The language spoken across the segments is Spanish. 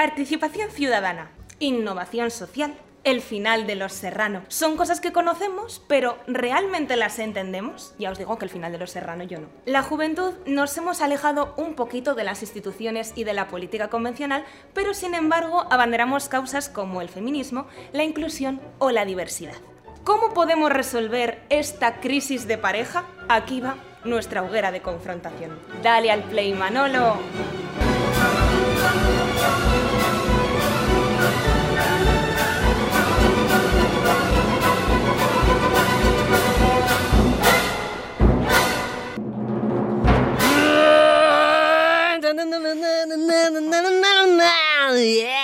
Participación ciudadana, innovación social, el final de Los Serrano. Son cosas que conocemos, pero ¿realmente las entendemos? Ya os digo que el final de Los Serrano yo no. La juventud nos hemos alejado un poquito de las instituciones y de la política convencional, pero sin embargo abanderamos causas como el feminismo, la inclusión o la diversidad. ¿Cómo podemos resolver esta crisis de pareja? Aquí va nuestra hoguera de confrontación. Dale al play, Manolo. Yeah.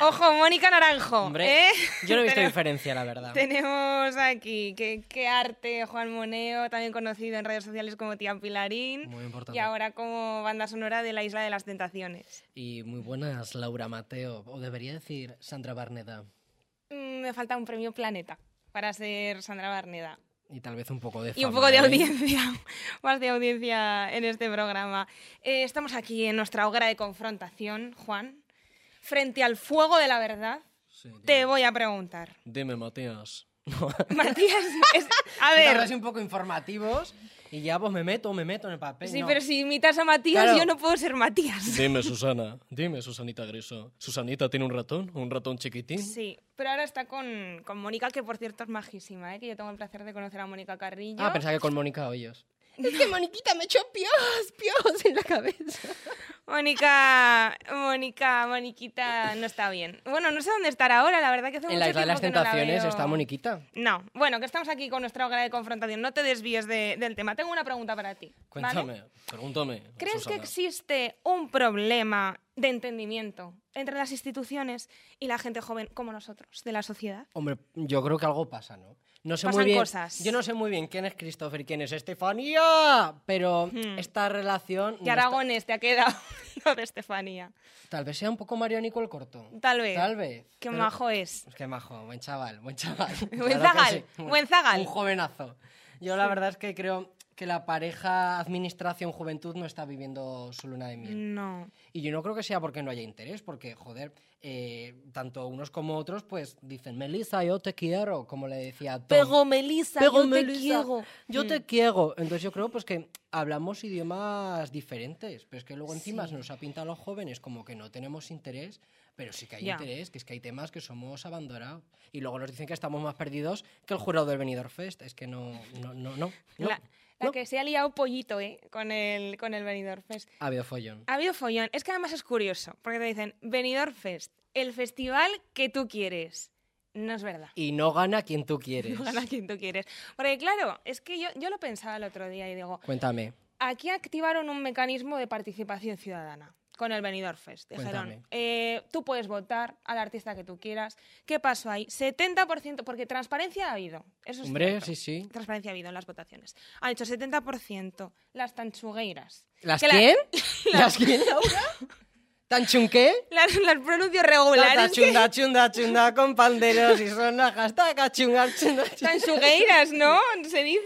Ojo, Mónica Naranjo. Hombre, ¿eh? yo no he visto Pero- diferencia, la verdad. Tenemos aquí que, que arte Juan Moneo, también conocido en redes sociales como Tía Pilarín, Muy importante. y ahora como banda sonora de La Isla de las Tentaciones. Y muy buenas, Laura Mateo. O debería decir Sandra Barneda. Mm, Me falta un premio Planeta para ser Sandra Barneda. Y tal vez un poco de Y un fama, poco de ¿eh? audiencia, más de audiencia en este programa. Eh, estamos aquí en nuestra hoguera de confrontación, Juan. Frente al fuego de la verdad, Sí, tío. te voy a preguntar. Dime, Matías. Matías, es- a Estamos ver, así un poco informativos y ya pues me meto, me meto en el papel. sí, no. pero si imitas a Matías, Claro. yo no puedo ser Matías. Dime, Susana. Dime, Susanita Griso. ¿Susanita tiene un ratón? ¿Un ratón chiquitín? Sí, pero ahora está con, con Mónica, que por cierto es majísima, ¿eh? que yo tengo el placer de conocer a Mónica Carrillo. Ah, pensaba que con Mónica Hoyos. Es que Moniquita me echó pios, pios en la cabeza. Mónica, Mónica, Moniquita no está bien. Bueno, no sé dónde estará ahora, la verdad que hace En mucho la Isla de las tiempo que no la Tentaciones veo. está Moniquita. No, bueno, que estamos aquí con nuestra hoguera de confrontación. No te desvíes de- del tema. Tengo una pregunta para ti. ¿vale? Cuéntame, pregúntame. ¿Crees que Susana. existe un problema de entendimiento entre las instituciones y la gente joven como nosotros, de la sociedad? Hombre, yo creo que algo pasa, ¿no? No sé Pasan muy bien. cosas. Yo no sé muy bien quién es Christopher y quién es Estefanía, pero esta relación. Hmm. Y no Aragón este ha quedado lo de Estefanía. está- Tal vez sea un poco Marianico el corto. Tal vez. Tal vez. Qué pero- majo es. Es que majo, buen chaval, buen chaval. Buen que zagal, buen zagal. Un jovenazo. Yo la verdad es que creo que la pareja administración-juventud no está viviendo su luna de miel. No. Y yo no creo que sea porque no haya interés, porque, joder, eh, tanto unos como otros, pues dicen, Melissa, yo te quiero, como le decía Tom. Melisa, Pego, Melissa, Yo Mm. te quiero. Entonces yo creo pues que hablamos idiomas diferentes, pero es que luego encima se nos ha pintado a los jóvenes como que no tenemos interés, pero sí que hay Ya. interés, que es que hay temas que somos abandonados. Y luego nos dicen que estamos más perdidos que el jurado del Benidorm Fest. Es que no, no, no, no. no, La, la no. que se ha liado pollito, ¿eh? Con el, con el Benidorm Fest. Ha habido follón. Ha habido follón. Es que además es curioso, porque te dicen, Benidorm Fest, el festival que tú quieres. No es verdad. Y no gana quien tú quieres. No gana quien tú quieres. Porque claro, es que yo, yo lo pensaba el otro día y digo, Cuéntame. aquí activaron un mecanismo de participación ciudadana con el Benidorm Fest. Dijeron, Cuéntame. eh, tú puedes votar al artista que tú quieras. ¿Qué pasó ahí? 70%, porque transparencia ha habido. Eso es Hombre, cierto. sí, sí. Transparencia ha habido en las votaciones. Han hecho 70% las tanchugueiras. ¿Las Que la- quién? ¿Las quién, Laura? ¿Tan chunqué? Las, las pronuncio Tata, regulares. que- chunda, chunda, chunda, con panderos y sonajas, taca, chunga, chunda, chunda. Tanchugueiras, ¿no? Se dice,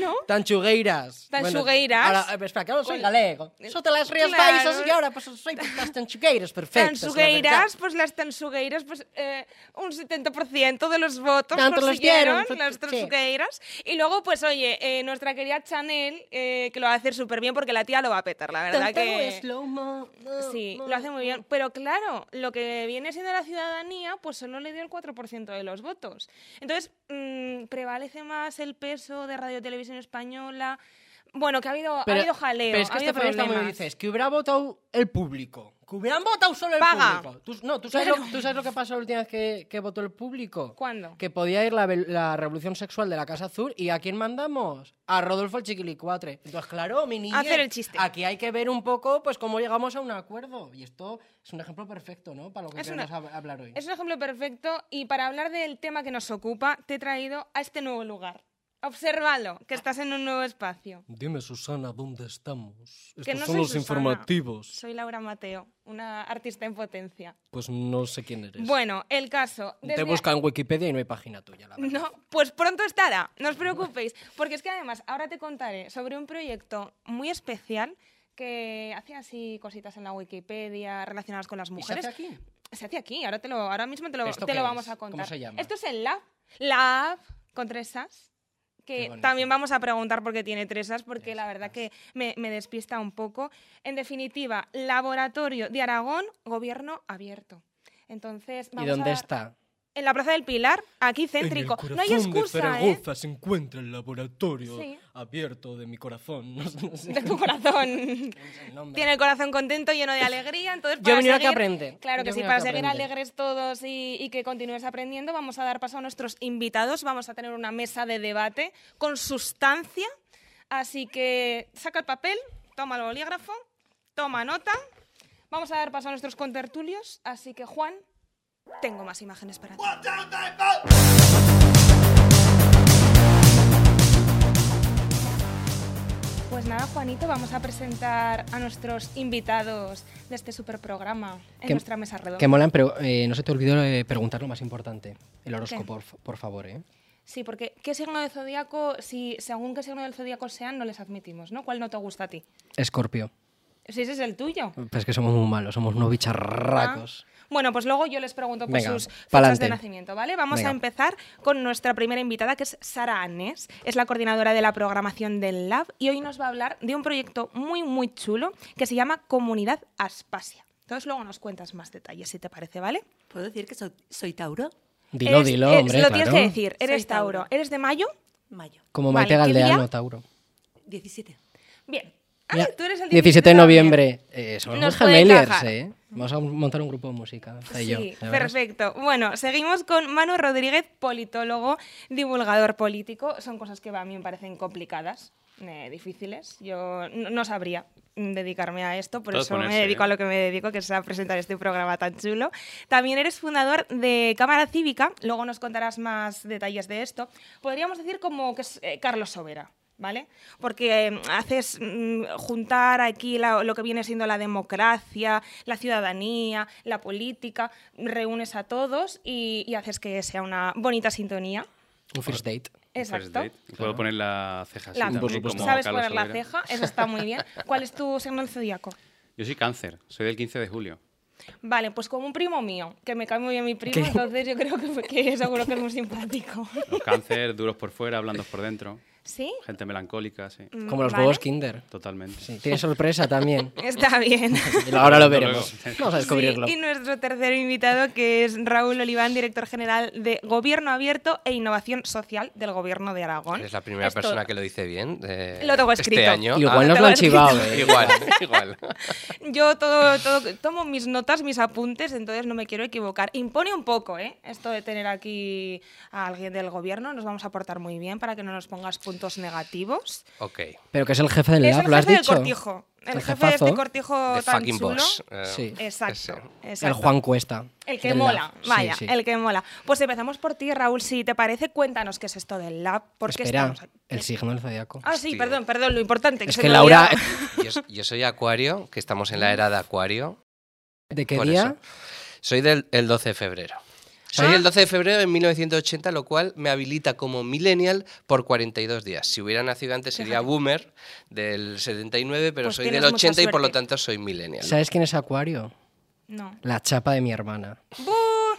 ¿no? Tanchugueiras. Tanchugueiras. Bueno, ahora, eh, espera, que ahora soy galego. Yo te las rías Claro. paisas y ahora pues soy las tanchugueiras, perfecto. Tansugueiras, pues las tansugueiras, pues eh, un 70% de los votos Tanto los consiguieron dieron, las sí. tansugueiras. Y luego, pues oye, eh, nuestra querida Chanel, eh, que lo va a hacer súper bien porque la tía lo va a petar, la verdad que... Sí, lo hace muy bien. Pero claro, lo que viene siendo la ciudadanía, pues solo le dio el 4% de los votos. Entonces, mm, prevalece más el peso de Radio Televisión Española. Bueno, que ha habido, ha habido jaleo. Pero es que ha habido este está muy problemas. bien. Dices que hubiera votado el público. Que hubieran votado solo el Paga. público. Tú, no, ¿tú sabes, Claro. lo, tú sabes lo que pasó la última vez que, que votó el público. ¿Cuándo? Que podía ir la, vel- la revolución sexual de la Casa Azul. ¿Y a quién mandamos? A Rodolfo el Chiquilicuatre. Entonces, claro, mi niña. Hacer el chiste. Aquí hay que ver un poco pues cómo llegamos a un acuerdo. Y esto es un ejemplo perfecto, ¿no? Para lo que Es queremos una- hab- hablar hoy. Es un ejemplo perfecto y para hablar del tema que nos ocupa, te he traído a este nuevo lugar. Obsérvalo, que estás en un nuevo espacio. Dime, Susana, ¿dónde estamos? Estos Que son no soy los Susana, informativos. Soy Laura Mateo, una artista en potencia. Pues no sé quién eres. Bueno, el caso. Te desde- busca en Wikipedia y no hay página tuya, la verdad. No, pues pronto estará, no os preocupéis, porque es que además ahora te contaré sobre un proyecto muy especial que hacía así cositas en la Wikipedia relacionadas con las ¿Y se mujeres. hace aquí? Se hace aquí, ahora, te lo, ahora mismo te lo, ¿Esto te qué lo es? vamos a ¿Cómo contar. se llama? Esto es el Lab. Lab con tres as. Qué Que bonito. también vamos a preguntar por qué tiene tres as, porque Tres la verdad as. que me, me despista un poco. En definitiva, Laboratorio de Aragón, Gobierno Abierto. Entonces, ¿Y vamos dónde a- está? En la Plaza del Pilar, aquí céntrico. En el no hay corazón excusa, de ¿eh? Zaragoza se encuentra el laboratorio Sí. abierto de mi corazón. No sé, no sé. De tu corazón. El nombre. Tiene el corazón contento, lleno de alegría. Entonces, Yo para he venido aquí seguir, a aprender. Claro que Yo he sí, venido para aquí a seguir aprender. alegres todos y, y que continúes aprendiendo, vamos a dar paso a nuestros invitados. Vamos a tener una mesa de debate con sustancia. Así que saca el papel, toma el bolígrafo, toma nota. Vamos a dar paso a nuestros contertulios. Así que, Juan, tengo más imágenes para ti. Pues nada, Juanito, vamos a presentar a nuestros invitados de este super programa en Que- nuestra mesa redonda. Que molan, pero eh, no se te olvidó eh, preguntar lo más importante. El horóscopo, ¿Qué? por, fa- por favor, ¿eh? Sí, porque ¿qué signo de zodíaco, si según qué signo del zodíaco sean, no les admitimos, ¿no? ¿Cuál no te gusta a ti? Escorpio. Si ese es el tuyo. Pues es que somos muy malos, somos unos bicharracos. Ah. Bueno, pues luego yo les pregunto por Venga, sus fechas pa'lante. de nacimiento, ¿vale? Vamos Venga. a empezar con nuestra primera invitada, que es Sara Anés. Es la coordinadora de la programación del Lab y hoy nos va a hablar de un proyecto muy, muy chulo que se llama Comunidad Aspasia. Entonces luego nos cuentas más detalles, si te parece, ¿vale? ¿Puedo decir que soy, soy Tauro? Dilo, Eres- dilo, eh, hombre. Lo claro. tienes que decir. Eres Soy Tauro. Tauro. ¿Eres de mayo? Mayo. Como Vale, Maite ¿qué día? Galdeano, Tauro. 17. Bien. Ah, Mira, tú eres el 17 de también. noviembre. Eh, somos Nos unos puede gemeliers, encajar. ¿eh? Vamos a montar un grupo de música. Zay y yo, Sí, ¿ya verás? perfecto. Bueno, seguimos con Manu Rodríguez, politólogo, divulgador político. Son cosas que a mí me parecen complicadas, eh, difíciles. Yo no, no sabría dedicarme a esto, por Todo eso ponerse, me dedico a ¿eh? lo que me dedico, que es a presentar este programa tan chulo. También eres fundador de Cámara Cívica, luego nos contarás más detalles de esto. Podríamos decir como que es eh, Carlos Sobera. ¿Vale? Porque eh, haces mm, juntar aquí la- lo que viene siendo la democracia, la ciudadanía, la política, reúnes a todos y, y haces que sea una bonita sintonía. Un first date. First Exacto. date. Y Puedo poner la ceja así La- también, Pues Por supuesto. como ¿Sabes Carlos poner la Olvera. ceja? Eso está muy bien. ¿Cuál es tu signo del zodíaco? Yo soy cáncer, soy del 15 de julio. Vale, pues como un primo mío, que me cae muy bien mi primo, ¿Qué? entonces yo creo que, que seguro que es muy simpático. Los cáncer, duros por fuera, blandos por dentro. ¿Sí? Gente melancólica, sí. Mm, Como los vale. huevos Kinder. Totalmente. Sí, tiene sorpresa también. Está bien. Ahora lo Luego. veremos. Vamos a descubrirlo. Sí, y nuestro tercer invitado, que es Raúl Oliván, director general de Gobierno Abierto e Innovación Social del Gobierno de Aragón. Eres la primera Esto- persona que lo dice bien. eh, Lo tengo Este escrito. año. Igual Ah, nos te lo voy han a decir. chivado, ¿eh? igual, igual. Yo todo, todo- tomo mis notas, mis apuntes, entonces no me quiero equivocar. Impone un poco, ¿eh? Esto de tener aquí a alguien del gobierno, nos vamos a portar muy bien para que no nos pongas puntos negativos. Ok. Pero que es el jefe del es lab, el ¿lo has jefe del dicho? cortijo. El, El jefe de este jefazo. cortijo The tan fucking chulo. boss. eh, Sí. Exacto, El exacto. Juan Cuesta. El que del lab. mola, Sí, vaya, sí. el que mola. Pues empezamos por ti, Raúl, si te parece, cuéntanos qué es esto del lab, por qué Espera, estamos aquí. el signo del zodiaco. Ah, sí, Hostia. perdón, perdón, lo importante. Que Es se que me Laura. olvidaba. Eh, Yo, s- yo soy acuario, que estamos Mm. en la era de acuario. ¿De qué Por día? Soy del el 12 de febrero. Soy Ah. el 12 de febrero de 1980, lo cual me habilita como millennial por 42 días. Si hubiera nacido antes sería Fíjate. boomer del 79, pero Pues soy del tienes mucha 80 y por lo suerte. tanto soy millennial. ¿Sabes quién es acuario? No. La chapa de mi hermana. ¡Bú!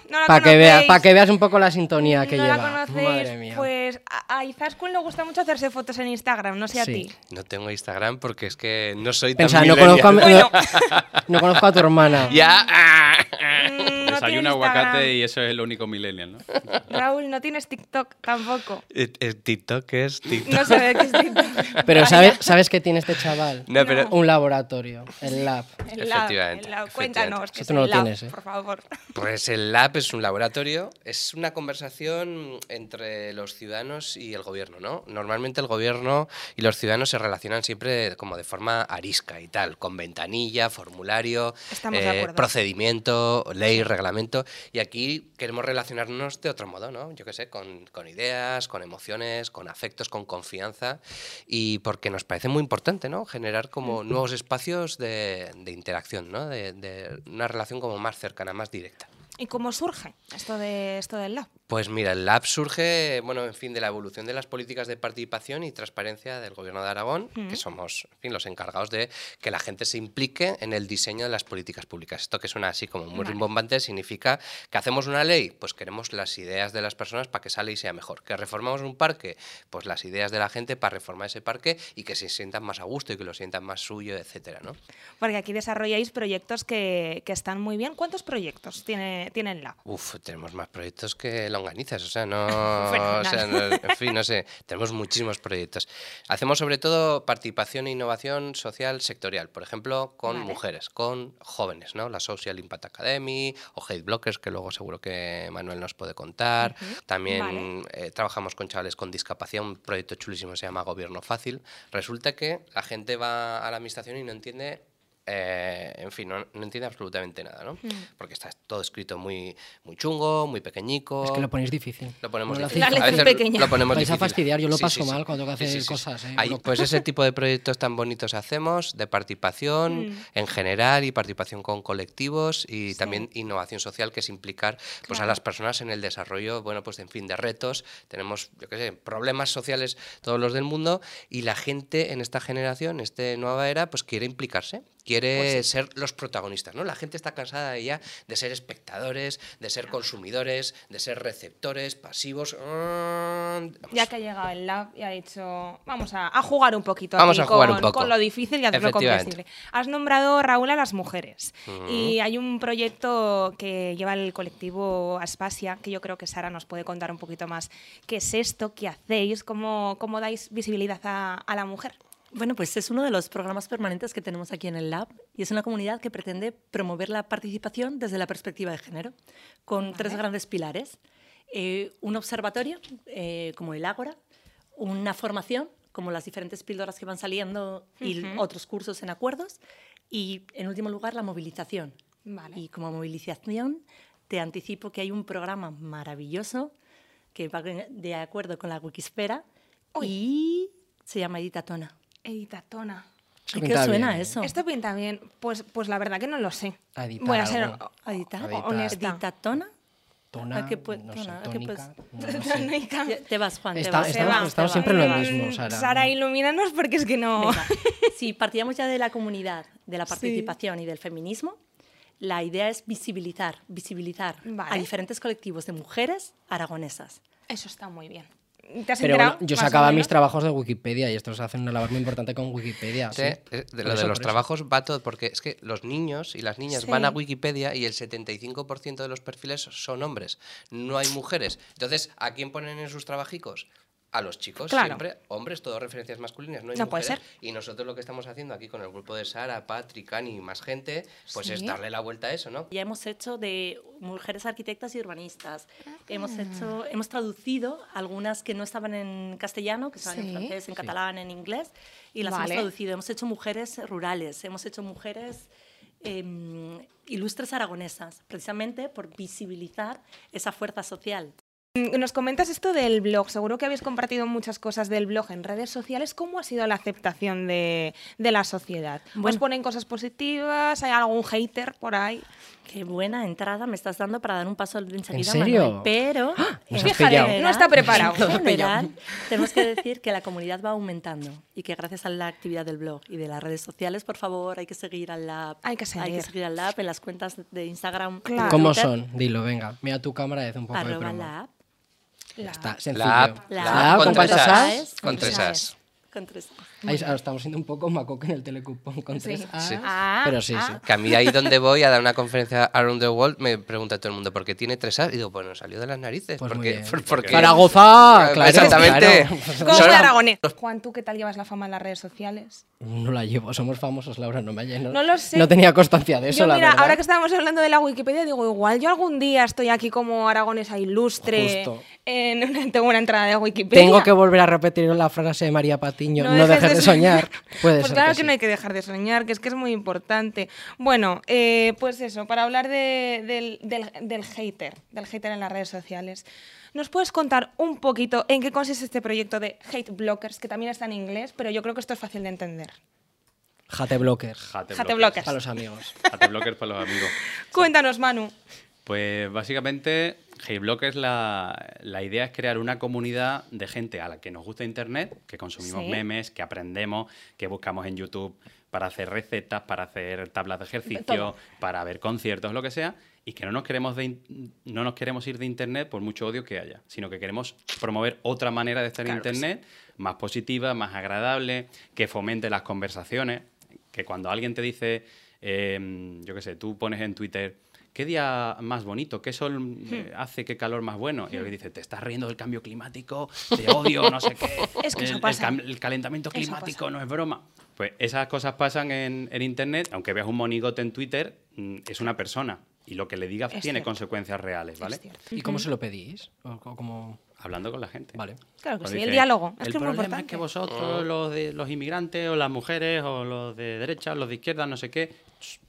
No la Para que, veas, conocéis. pa' que veas un poco la sintonía que no lleva. la conocéis, Madre mía. pues a, a Izaskun le gusta mucho hacerse fotos en Instagram, no sé a Sí. ti. No tengo Instagram porque es que no soy Pensaba, tan no conozco, a, mi- millennial. millennial. no- no conozco a tu hermana. Ya. ah, ah. Mm, no tiene Desayuno aguacate Instagram. y eso es el único millennial, ¿no? Raúl, no tienes TikTok tampoco. Eh, eh, TikTok es TikTok. No sé de qué es TikTok. Pero Vaya. ¿sabes, ¿sabes qué tiene este chaval? No, pero Un laboratorio, el lab. El lab, Efectivamente, el lab. efectivamente. Cuéntanos, que Eso es tú no el lo lab, tienes, ¿eh? por favor. pues el lab es un laboratorio, es una conversación entre los ciudadanos y el gobierno, ¿no? Normalmente el gobierno y los ciudadanos se relacionan siempre como de forma arisca y tal, con ventanilla, formulario, eh, Estamos de acuerdo. procedimiento, ley, reglamento, y aquí queremos relacionarnos de otro modo, ¿no? Yo qué sé, con, con ideas, con emociones, con afectos, con confianza, y porque nos parece muy importante, ¿no? Generar como nuevos espacios de, de interacción, ¿no? De, de una relación como más cercana, más directa. ¿Y cómo surge esto, de, esto del lab? Pues mira, el lab surge, bueno, en fin, de la evolución de las políticas de participación y transparencia del Gobierno de Aragón, que somos, en fin, los encargados de que la gente se implique en el diseño de las políticas públicas. Esto que suena así como muy rimbombante significa que hacemos una ley, pues queremos las ideas de las personas para que esa ley sea mejor. Que reformamos un parque, pues las ideas de la gente para reformar ese parque y que se sientan más a gusto y que lo sientan más suyo, etcétera, ¿no? Porque aquí desarrolláis proyectos que, que están muy bien. ¿Cuántos proyectos tiene, tiene el lab? Uf, tenemos más proyectos que longanizas, o sea, no, o sea, no- en fin, no sé, tenemos muchísimos proyectos. Hacemos sobre todo participación e innovación social sectorial, por ejemplo, con Vale. mujeres, con jóvenes, ¿no? La Social Impact Academy o Hate Blockers, que luego seguro que Manuel nos puede contar. También eh, trabajamos con chavales con discapacidad, un proyecto chulísimo que se llama Gobierno Fácil. Resulta que la gente va a la administración y no entiende eh, en fin, no, no entiende absolutamente nada, ¿no? Porque está todo escrito muy, muy chungo, muy pequeñico. Es que lo ponéis difícil. Lo ponemos Bueno, difícil. la letra A es veces pequeña. lo ponemos Vais a difícil. fastidiar, yo lo paso mal cuando hago que hacer cosas, ¿eh? Ahí, Lo- pues ese tipo de proyectos tan bonitos hacemos, de participación en general y participación con colectivos y también innovación social, que es implicar pues, a las personas en el desarrollo, bueno, pues en fin, de retos. Tenemos, yo qué sé, problemas sociales todos los del mundo y la gente en esta generación, en esta nueva era, pues quiere implicarse. Quiere ser los protagonistas, ¿no? La gente está cansada de ya de ser espectadores, de ser consumidores, de ser receptores, pasivos. mm, Ya que ha llegado el lab y ha dicho, vamos a, a jugar un poquito Vamos aquí a jugar con, un poco. con lo difícil y hacerlo Efectivamente. comprensible. Has nombrado, Raúl, a las mujeres. Y hay un proyecto que lleva el colectivo Aspasia, que yo creo que Sara nos puede contar un poquito más. ¿Qué es esto? ¿Qué hacéis? ¿Cómo, cómo dais visibilidad a, a la mujer? Bueno, pues es uno de los programas permanentes que tenemos aquí en el Lab y es una comunidad que pretende promover la participación desde la perspectiva de género, con tres grandes pilares. Eh, un observatorio, eh, como el Ágora, una formación, como las diferentes píldoras que van saliendo y otros cursos en acuerdos, y en último lugar la movilización. Vale. Y como movilización te anticipo que hay un programa maravilloso que va de acuerdo con la Wikisfera y se llama Editatona. Editatona. Eso ¿A qué pinta os suena bien, ¿eh? eso? Esto pinta bien. Pues, pues la verdad que no lo sé. A editar Voy a ser algo. ¿Editar? Editar. honesta. ¿Editatona? Tona, ¿A qué pu- no tona? sé, ¿A qué tónica, pues- no lo sé. Te- Te vas, Juan, te Está- vas. Se estamos- va, estamos se siempre va. en lo mismo, Sara. Mm, Sara, ilumínanos porque es que no... Venga. Si partíamos ya de la comunidad, de la participación y del feminismo, la idea es visibilizar, visibilizar a Vale. diferentes colectivos de mujeres aragonesas. Eso está muy bien. ¿Te has Pero enterado? bueno, yo más o sacaba menos? mis trabajos de Wikipedia y estos hacen una labor muy importante con Wikipedia. ¿Ah, sí. Este, eh, Por de lo eso, de los por eso. trabajos va todo, porque es que los niños y las niñas van a Wikipedia y el 75% de los perfiles son hombres, no hay mujeres. Entonces, ¿a quién ponen en sus trabajicos? A los chicos, Claro. siempre hombres, todo referencias masculinas, no hay No puede mujeres. Y nosotros lo que estamos haciendo aquí con el grupo de Sara, Patrick, Ani y más gente, pues es Sí. darle la vuelta a eso, ¿no? Ya hemos hecho de mujeres arquitectas y urbanistas. Hemos hecho, hemos traducido algunas que no estaban en castellano, que estaban en Sí. francés, en catalán, en inglés, y las Vale. hemos traducido. Hemos hecho mujeres rurales, hemos hecho mujeres em, ilustres aragonesas, precisamente por visibilizar esa fuerza social. Mm, Nos comentas esto del blog. Seguro que habéis compartido muchas cosas del blog en redes sociales. ¿Cómo ha sido la aceptación de, de la sociedad? ¿Os Bueno. ponen cosas positivas? ¿Hay algún hater por ahí? Qué buena entrada me estás dando para dar un paso enseguida, ¿En serio? ¡Ah! Manuel, pero Nos en has pillado. general- No está preparado. En general, tenemos que decir que la comunidad va aumentando y que gracias a la actividad del blog y de las redes sociales, por favor, hay que seguir al lab. Hay que seguir. seguir al lab en las cuentas de Instagram. Claro. ¿Cómo Twitter, son? Dilo, venga. Mira tu cámara y haz un poco de Arroba promo. lab. Ya Está sencillo. La app, La la app, app con ¿con tres cuántas as, as? con tres as. Con tres. Ahí ahora estamos siendo un poco macoque en el telecupón con tres As, Sí. Ah, Pero sí, sí. Que a mí ahí donde voy a dar una conferencia around the world me pregunta todo el mundo por qué tiene tres as y digo, pues nos salió de las narices. Pues muy porque, bien. por- porque- Para gozar, Eh, claro, Exactamente. claro. ¿Cómo Son- de Aragonés? Juan, ¿tú qué tal llevas la fama en las redes sociales? No la llevo, somos famosos, Laura, no me halles, No lo sé. No tenía constancia de eso, yo, la mira, verdad. ahora que estábamos hablando de la Wikipedia, digo, igual yo algún día estoy aquí como aragonesa ilustre. Justo. En una, tengo una entrada de Wikipedia. Tengo que volver a repetir la frase de María Patiño, no, dejes, de soñar. Puede pues ser claro que que, sí. no hay que dejar de soñar, que es que es muy importante. Bueno, eh, pues eso, para hablar de- del, del- del hater, del hater en las redes sociales, ¿nos puedes contar un poquito en qué consiste este proyecto de hate blockers, que también está en inglés, pero yo creo que esto es fácil de entender? Jate blocker. Hate Para blockers. los amigos. Jate blockers para los amigos. Cuéntanos, Manu. Pues básicamente Hateblock es la, la idea es crear una comunidad de gente a la que nos gusta Internet, que consumimos Sí. memes, que aprendemos, que buscamos en YouTube para hacer recetas, para hacer tablas de ejercicio, para ver conciertos, lo que sea, y que no nos queremos de in- no nos queremos ir de Internet por mucho odio que haya, sino que queremos promover otra manera de estar en Internet, más positiva, más agradable, que fomente las conversaciones, que cuando alguien te dice, eh, yo qué sé, tú pones en Twitter, ¿qué día más bonito? ¿Qué sol Hmm. eh, hace? ¿Qué calor más bueno? Y alguien dice, te estás riendo del cambio climático, te odio, no sé qué. Es que eso el, el pasa. cam- el calentamiento Eso climático no es broma. Pues esas cosas pasan en, en Internet, aunque veas un monigote en Twitter, mm, es una persona. Y lo que le digas Es tiene cierto. consecuencias reales, ¿vale? ¿Y cómo se lo pedís? O co- como- Hablando con la gente. Vale. Claro que Cuando sí, el dice, diálogo. Es el que es muy problema importante. es que vosotros, los, de, los inmigrantes, o las mujeres, o los de derecha, los de izquierda, no sé qué. ch,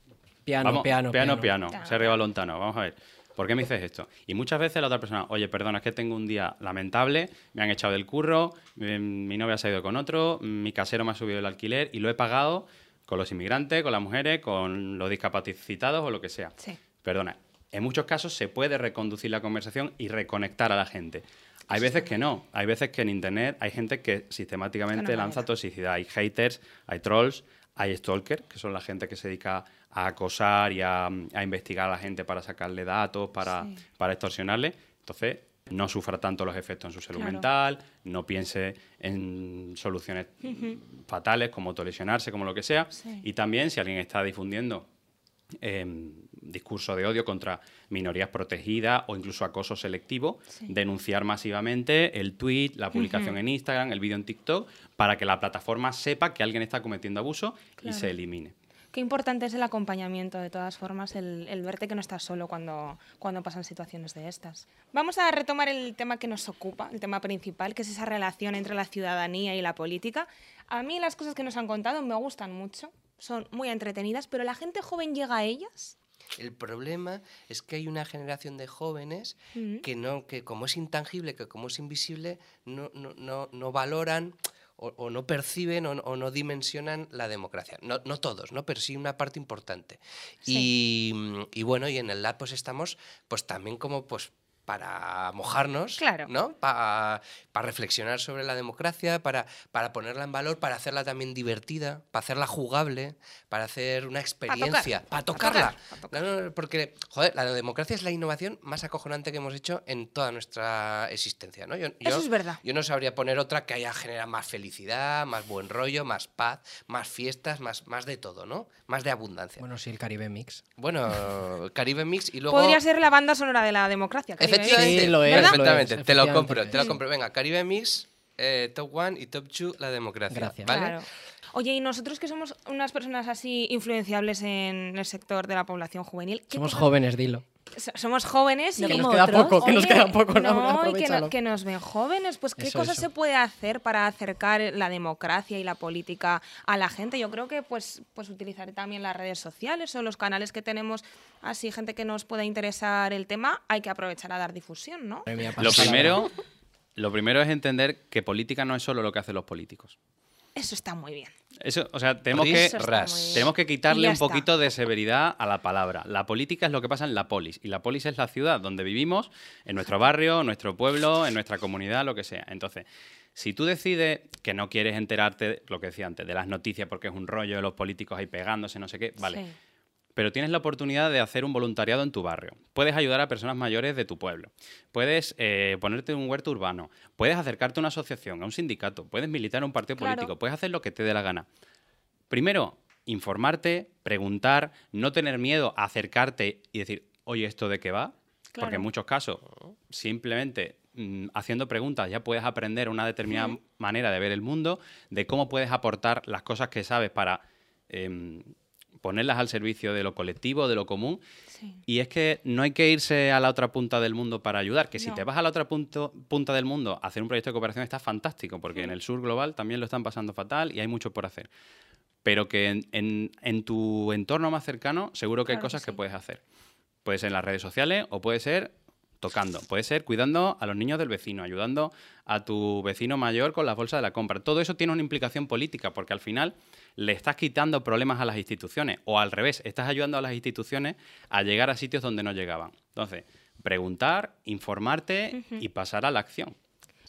Piano, vamos, piano, piano, piano. Se arriba Lontano. Vamos a ver. ¿Por qué me dices esto? Y muchas veces la otra persona, oye, perdona, es que tengo un día lamentable, me han echado del curro, eh, mi novia se ha ido con otro, mm, mi casero me ha subido el alquiler y lo he pagado con los inmigrantes, con las mujeres, con los discapacitados o lo que sea. Sí. Perdona, en muchos casos se puede reconducir la conversación y reconectar a la gente. Hay veces que no, hay veces que en Internet hay gente que sistemáticamente lanza toxicidad. Hay haters, hay trolls, hay stalkers, que son la gente que se dedica a acosar y a, a investigar a la gente para sacarle datos, para, para extorsionarle. Entonces, no sufra tanto los efectos en su salud mental, no piense en soluciones fatales como autolesionarse, como lo que sea. Y también si alguien está difundiendo eh, discurso de odio contra minorías protegidas o incluso acoso selectivo, denunciar masivamente el tweet, la publicación en Instagram, el vídeo en TikTok, para que la plataforma sepa que alguien está cometiendo abuso y se elimine. Qué importante es el acompañamiento, de todas formas, el, el verte que no estás solo cuando, cuando pasan situaciones de estas. Vamos a retomar el tema que nos ocupa, el tema principal, que es esa relación entre la ciudadanía y la política. A mí las cosas que nos han contado me gustan mucho, son muy entretenidas, pero la gente joven llega a ellas. El problema es que hay una generación de jóvenes Ujú. que no, que como es intangible, que como es invisible, no, no, no, no valoran o, o no perciben o, no- o no dimensionan la democracia. No, no todos, ¿no? Pero sí una parte importante. Y, mm, y bueno, y en el lab pues estamos pues también como pues para mojarnos, Claro. ¿no? Para reflexionar sobre la democracia, para, para ponerla en valor, para hacerla también divertida, para hacerla jugable, para hacer una experiencia, para tocarla. No, no, no, porque, joder, la democracia es la innovación más acojonante que hemos hecho en toda nuestra existencia, ¿no? Yo, yo- es verdad. Yo no sabría poner otra que haya generado más felicidad, más buen rollo, más paz, más fiestas, más, más de todo, ¿no? Más de abundancia. Bueno, Bueno, sí, el Caribe Mix. Caribe Mix y luego... Podría ser la banda sonora de la democracia. ¿eh? Caribe Mix. Efectivamente, Sí, lo es, ¿verdad? perfectamente, lo es, te lo efectivamente. compro, te lo compro. Venga, Caribe Mix, eh, Top One y Top Two, la democracia. Gracias. ¿vale? Claro. Oye, y nosotros que somos unas personas así influenciables en el sector de la población juvenil, ¿qué Somos cosas- jóvenes, dilo. So- somos jóvenes y No Que nos como queda otros. poco, que nos Oye, queda poco, no, y que, aprovechalo. no- que nos ven jóvenes, pues qué Eso, cosas eso. se puede hacer para acercar la democracia y la política a la gente. Yo creo que pues, pues utilizar también las redes sociales o los canales que tenemos, así gente que nos pueda interesar el tema, hay que aprovechar a dar difusión, ¿no? Madre mía, Lo pasa la primero, lo primero es entender que política no es solo lo que hacen los políticos. Eso está muy bien. Eso, o sea, tenemos Ris, que, Eso está ras. muy bien. tenemos que quitarle ya un está. poquito de severidad a la palabra. La política es lo que pasa en la polis. Y la polis es la ciudad donde vivimos, en nuestro barrio, en nuestro pueblo, en nuestra comunidad, lo que sea. Entonces, si tú decides que no quieres enterarte, lo que decía antes, de las noticias porque es un rollo de los políticos ahí pegándose, no sé qué, vale. Sí. Pero tienes la oportunidad de hacer un voluntariado en tu barrio. Puedes ayudar a personas mayores de tu pueblo. Puedes eh, ponerte en un huerto urbano. Puedes acercarte a una asociación, a un sindicato. Puedes militar en un partido Claro. político. Puedes hacer lo que te dé la gana. Primero, informarte, preguntar, no tener miedo a acercarte y decir, oye, ¿esto de qué va? Porque en muchos casos, simplemente mm, haciendo preguntas ya puedes aprender una determinada manera de ver el mundo, de cómo puedes aportar las cosas que sabes para em, ponerlas al servicio de lo colectivo, de lo común. Sí. Y es que no hay que irse a la otra punta del mundo para ayudar, que si No. te vas a la otra punto- punta del mundo a hacer un proyecto de cooperación está fantástico, porque en el sur global también lo están pasando fatal y hay mucho por hacer. Pero que en, en- en tu entorno más cercano seguro que hay Claro que cosas que, sí. puedes hacer. Puede ser en las redes sociales o puede ser tocando, puede ser cuidando a los niños del vecino, ayudando a tu vecino mayor con las bolsas de la compra. Todo eso tiene una implicación política porque al final le estás quitando problemas a las instituciones o al revés, estás ayudando a las instituciones a llegar a sitios donde no llegaban. Entonces, preguntar, informarte y pasar a la acción.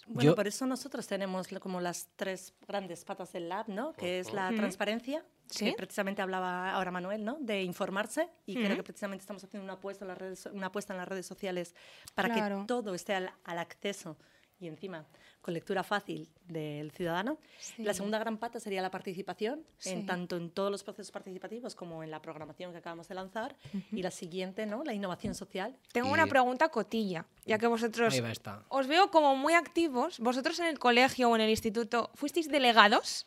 Bueno, Yo- por eso nosotros tenemos lo- como las tres grandes patas del lab, ¿no? Que es la transparencia, Sí. que precisamente hablaba ahora Manuel, ¿no? De informarse y creo que precisamente estamos haciendo una apuesta en las redes, so- una apuesta en las redes sociales para Claro. que todo esté al, al acceso y encima con lectura fácil del ciudadano. Sí. La segunda gran pata sería la participación, Sí. en tanto en todos los procesos participativos como en la programación que acabamos de lanzar. Y la siguiente, ¿no? La innovación social. Y- Tengo una pregunta cotilla, ya que vosotros Ahí va esta. os veo como muy activos. ¿Vosotros en el colegio o en el instituto fuisteis delegados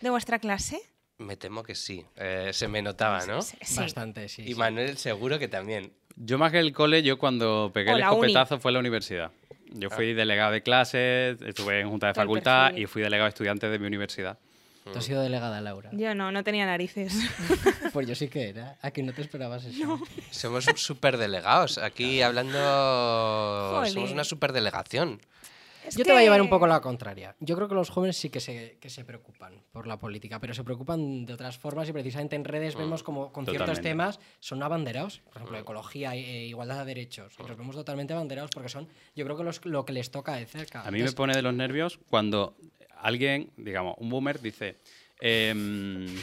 de vuestra clase? Me temo que sí. Eh, se me notaba, ¿no? Bastante, sí. Y sí. Manuel seguro que también. Yo más que el cole, yo cuando pegué O el la uni. escopetazo fue en la universidad. Yo Ah. fui delegado de clases, estuve en junta de Todo el facultad perfil. y fui delegado de estudiantes de mi universidad. Tú has sido delegada, Laura. Yo no, no tenía narices. Pues yo sí que era. A que no te esperabas eso. Somos súper delegados. Aquí hablando. Somos Jolín. una superdelegación. Yo te voy a llevar un poco la contraria. Yo creo que los jóvenes sí que se, que se preocupan por la política, pero se preocupan de otras formas y precisamente en redes vemos como con ciertos Mm, Totalmente. Mm. temas son abanderados, por ejemplo, ecología e igualdad de derechos. y Los vemos totalmente abanderados porque son, yo creo que los- lo que les toca de cerca. A mí me Entonces, pone de los nervios cuando alguien, digamos, un boomer dice, ehm,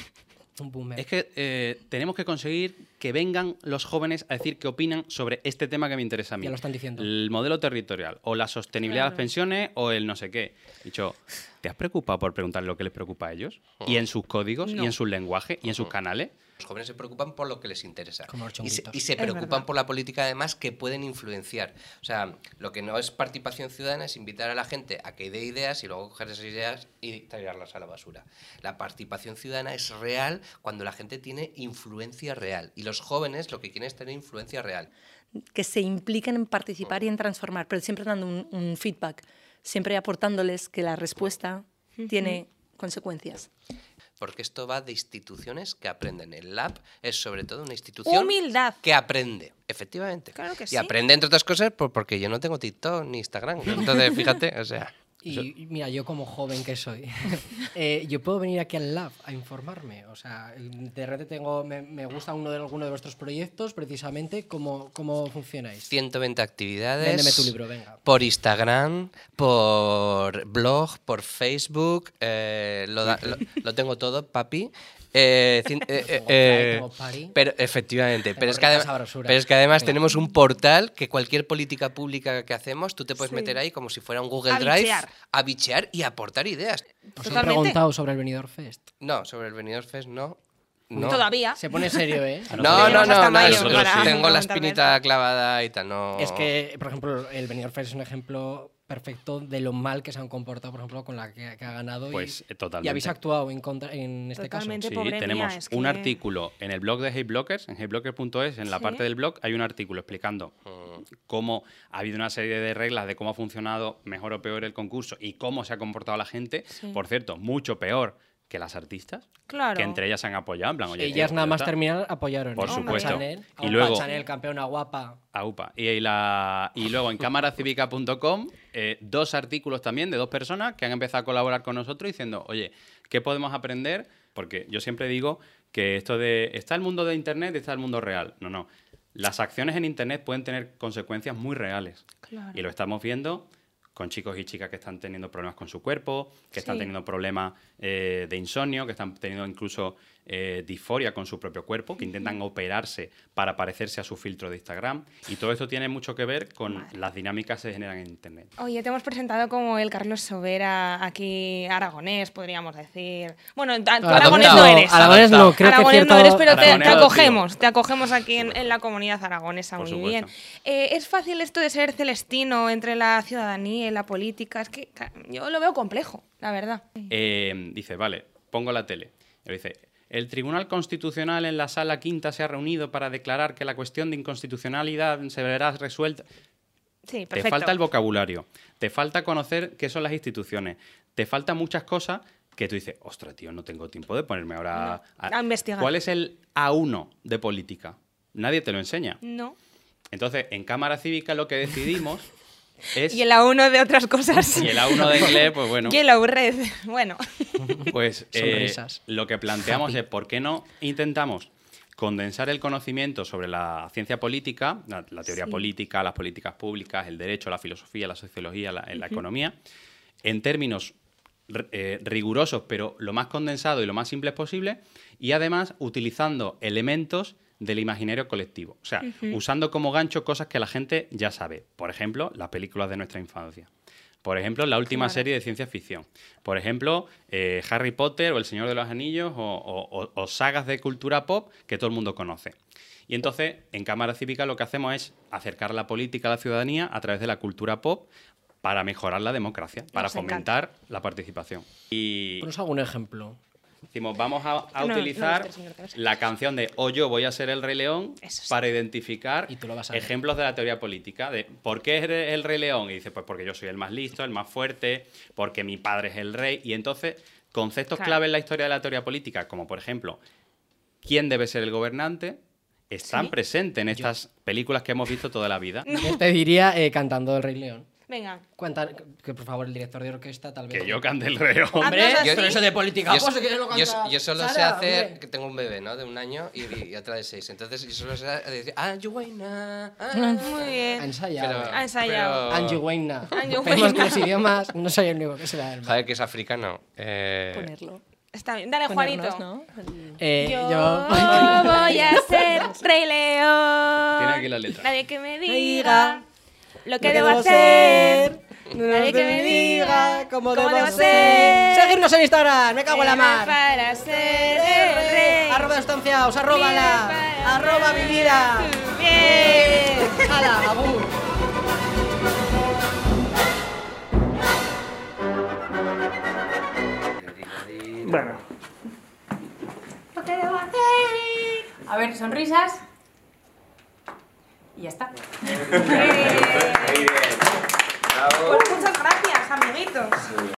un boomer. es que eh, tenemos que conseguir que vengan los jóvenes a decir qué opinan sobre este tema que me interesa a mí. Ya lo están diciendo. El modelo territorial, o la sostenibilidad de las pensiones, o el no sé qué. Dicho, ¿te has preocupado por preguntar lo que les preocupa a ellos? Oh. Y en sus códigos, y en sus lenguajes, y en sus canales. Los jóvenes se preocupan por lo que les interesa. Como los y, se, chunguitos. y se preocupan por la política, además, que pueden influenciar. O sea, lo que no es participación ciudadana es invitar a la gente a que dé ideas y luego coger esas ideas y tirarlas a la basura. La participación ciudadana es real cuando la gente tiene influencia real. Y los jóvenes lo que quieren es tener influencia real. que se impliquen en participar y en transformar, pero siempre dando un, un feedback, siempre aportándoles que la respuesta tiene consecuencias. Porque esto va de instituciones que aprenden. El lab es sobre todo una institución Humildad. que aprende, efectivamente. Claro que y sí. aprende, entre otras cosas, por- porque yo no tengo TikTok ni Instagram. Entonces, fíjate, o sea... Y y mira, yo como joven que soy, eh, yo puedo venir aquí al lab a informarme. O sea, de repente tengo, me, me gusta uno de alguno de vuestros proyectos, precisamente cómo, cómo funcionáis. 120 actividades. Véndeme tu libro, venga. Por Instagram, por blog, por Facebook. eh, lo, da- lo- lo tengo todo, papi. Eh, cien- eh, eh, eh, Tengo party. pero efectivamente, Tengo pero es, que rica además, sabrosura. pero es que además Venga. tenemos un portal que cualquier política pública que hacemos, tú te puedes meter ahí como si fuera un Google A Drive, bichear. a bichear y a aportar ideas. Os han Totalmente. preguntado sobre el Venidor Fest. No, sobre el Benidorm Fest no. no. Ah. Todavía. Se pone serio, ¿eh? No, no, Tenemos no, hasta no, mayo nosotros para tengo la comentar espinita clavada y tal, no. Es que, por ejemplo, el Benidorm Fest es un ejemplo perfecto de lo mal que se han comportado, por ejemplo, con la que, que ha ganado. y- Pues, eh, Y totalmente. habéis actuado en contra, en este Totalmente. caso. Gente pobre mía, tenemos es un que- artículo en el blog de Hateblockers, en hateblockers.es, en la parte del blog hay un artículo explicando cómo ha habido una serie de reglas de cómo ha funcionado mejor o peor el concurso y cómo se ha comportado la gente. Por cierto, mucho peor que las artistas, Claro. que entre ellas se han apoyado. En plan, oye, Ellas tío, nada ya más está. terminar apoyaron. Por ¿no? supuesto. A Chanel, Y a luego- Chanel, campeona guapa. Ah, upa. Y, y la, y luego en cámaracívica.com, eh, dos artículos también de dos personas que han empezado a colaborar con nosotros diciendo, oye, ¿qué podemos aprender? Porque yo siempre digo que esto de, está el mundo de Internet y está el mundo real. No, no. Las acciones en Internet pueden tener consecuencias muy reales. Y lo estamos viendo con chicos y chicas que están teniendo problemas con su cuerpo, que están teniendo problemas eh, de insomnio, que están teniendo incluso eh, disforia con su propio cuerpo, que intentan operarse para parecerse a su filtro de Instagram. Y todo esto tiene mucho que ver con las dinámicas que se generan en Internet. Oye, te hemos presentado como el Carlos Sobera aquí aragonés, podríamos decir. Bueno, ta- tú aragonés no Adoptado. eres. Aragonés no, creo que aragonés cierto... no eres, pero te, te Aragonés, tío. acogemos, te acogemos aquí en, en la comunidad aragonesa, Por muy supuesto. bien. Eh, es fácil esto de ser celestino entre la ciudadanía y la política, es que ca- yo lo veo complejo, la verdad. Eh, dice, vale, pongo la tele. Y dice, el Tribunal Constitucional en la sala quinta se ha reunido para declarar que la cuestión de inconstitucionalidad se verá resuelta. Sí, Te perfecto. falta el vocabulario, te falta conocer qué son las instituciones, te faltan muchas cosas que tú dices, ostras, tío, no tengo tiempo de ponerme ahora a investigar. ¿Cuál es el A1 de política? Nadie te lo enseña. No. Entonces, en Cámara Cívica lo que decidimos es... Y el A1 de otras cosas. y el A1 de inglés, pues bueno, Y el Aurred. Bueno, pues eh, Sonrisas. lo que planteamos es, ¿por qué no intentamos condensar el conocimiento sobre la ciencia política, la, la teoría política, las políticas públicas, el derecho, la filosofía, la sociología, la, en la economía, en términos r- eh, rigurosos, pero lo más condensado y lo más simples posible, y además utilizando elementos del imaginario colectivo, o sea, usando como gancho cosas que la gente ya sabe, por ejemplo, las películas de nuestra infancia. Por ejemplo, la última serie de ciencia ficción. Por ejemplo, eh, Harry Potter o El Señor de los Anillos o, o- o- o sagas de cultura pop que todo el mundo conoce. Y entonces, en Cámara Cívica lo que hacemos es acercar la política a la ciudadanía a través de la cultura pop para mejorar la democracia, para Nos encanta. fomentar la participación. Y Ponos algún ejemplo. decimos, vamos a, a No, no, utilizar usted, señor, que no se- la canción de O yo voy a ser el Rey León Eso sí. para identificar Y tú lo vas a ver. ejemplos de la teoría política. De, ¿Por qué es el Rey León? Y dice, pues porque yo soy el más listo, el más fuerte, porque mi padre es el rey. Y entonces, conceptos Claro. clave en la historia de la teoría política, como por ejemplo, ¿quién debe ser el gobernante? Están presentes en estas películas que hemos visto toda la vida. Yo te diría eh, cantando El Rey León. Venga. Cuenta, que por favor el director de orquesta tal vez. Que yo cante el Rey León. Hombre, Haznos así. pero eso de política. Yo, pues, que lo yo- canta yo solo sé Sara, hacer. hombre. Que tengo un bebé, ¿no? De un año y, y otra de seis. Entonces yo solo sé decir. Ah, you wanna, ah". Muy Ha bien. ensayado. Pero- Ha ensayado. pero- Angie Weina. Angie Vemos que Weina. los idiomas no soy el único que se la da el mal. Joder, que es africano. Eh, Ponerlo. Está bien. Dale, Ponernos, Juanito. ¿no? El- Eh, Yo yo... voy a ser Rey León. Tiene aquí la letra. Nadie que me diga diga lo que debo hacer. Nadie que me diga cómo debo ser. Seguirnos en Instagram, me cago en la Viva mar. Para ser el rey. Arroba estanciaos, arroba Viva la, para arroba mi vida. ser Bien. Jala, abur. Lo que debo hacer. A ver, sonrisas. Y ya está. Bien. Pues muchas gracias, amiguitos.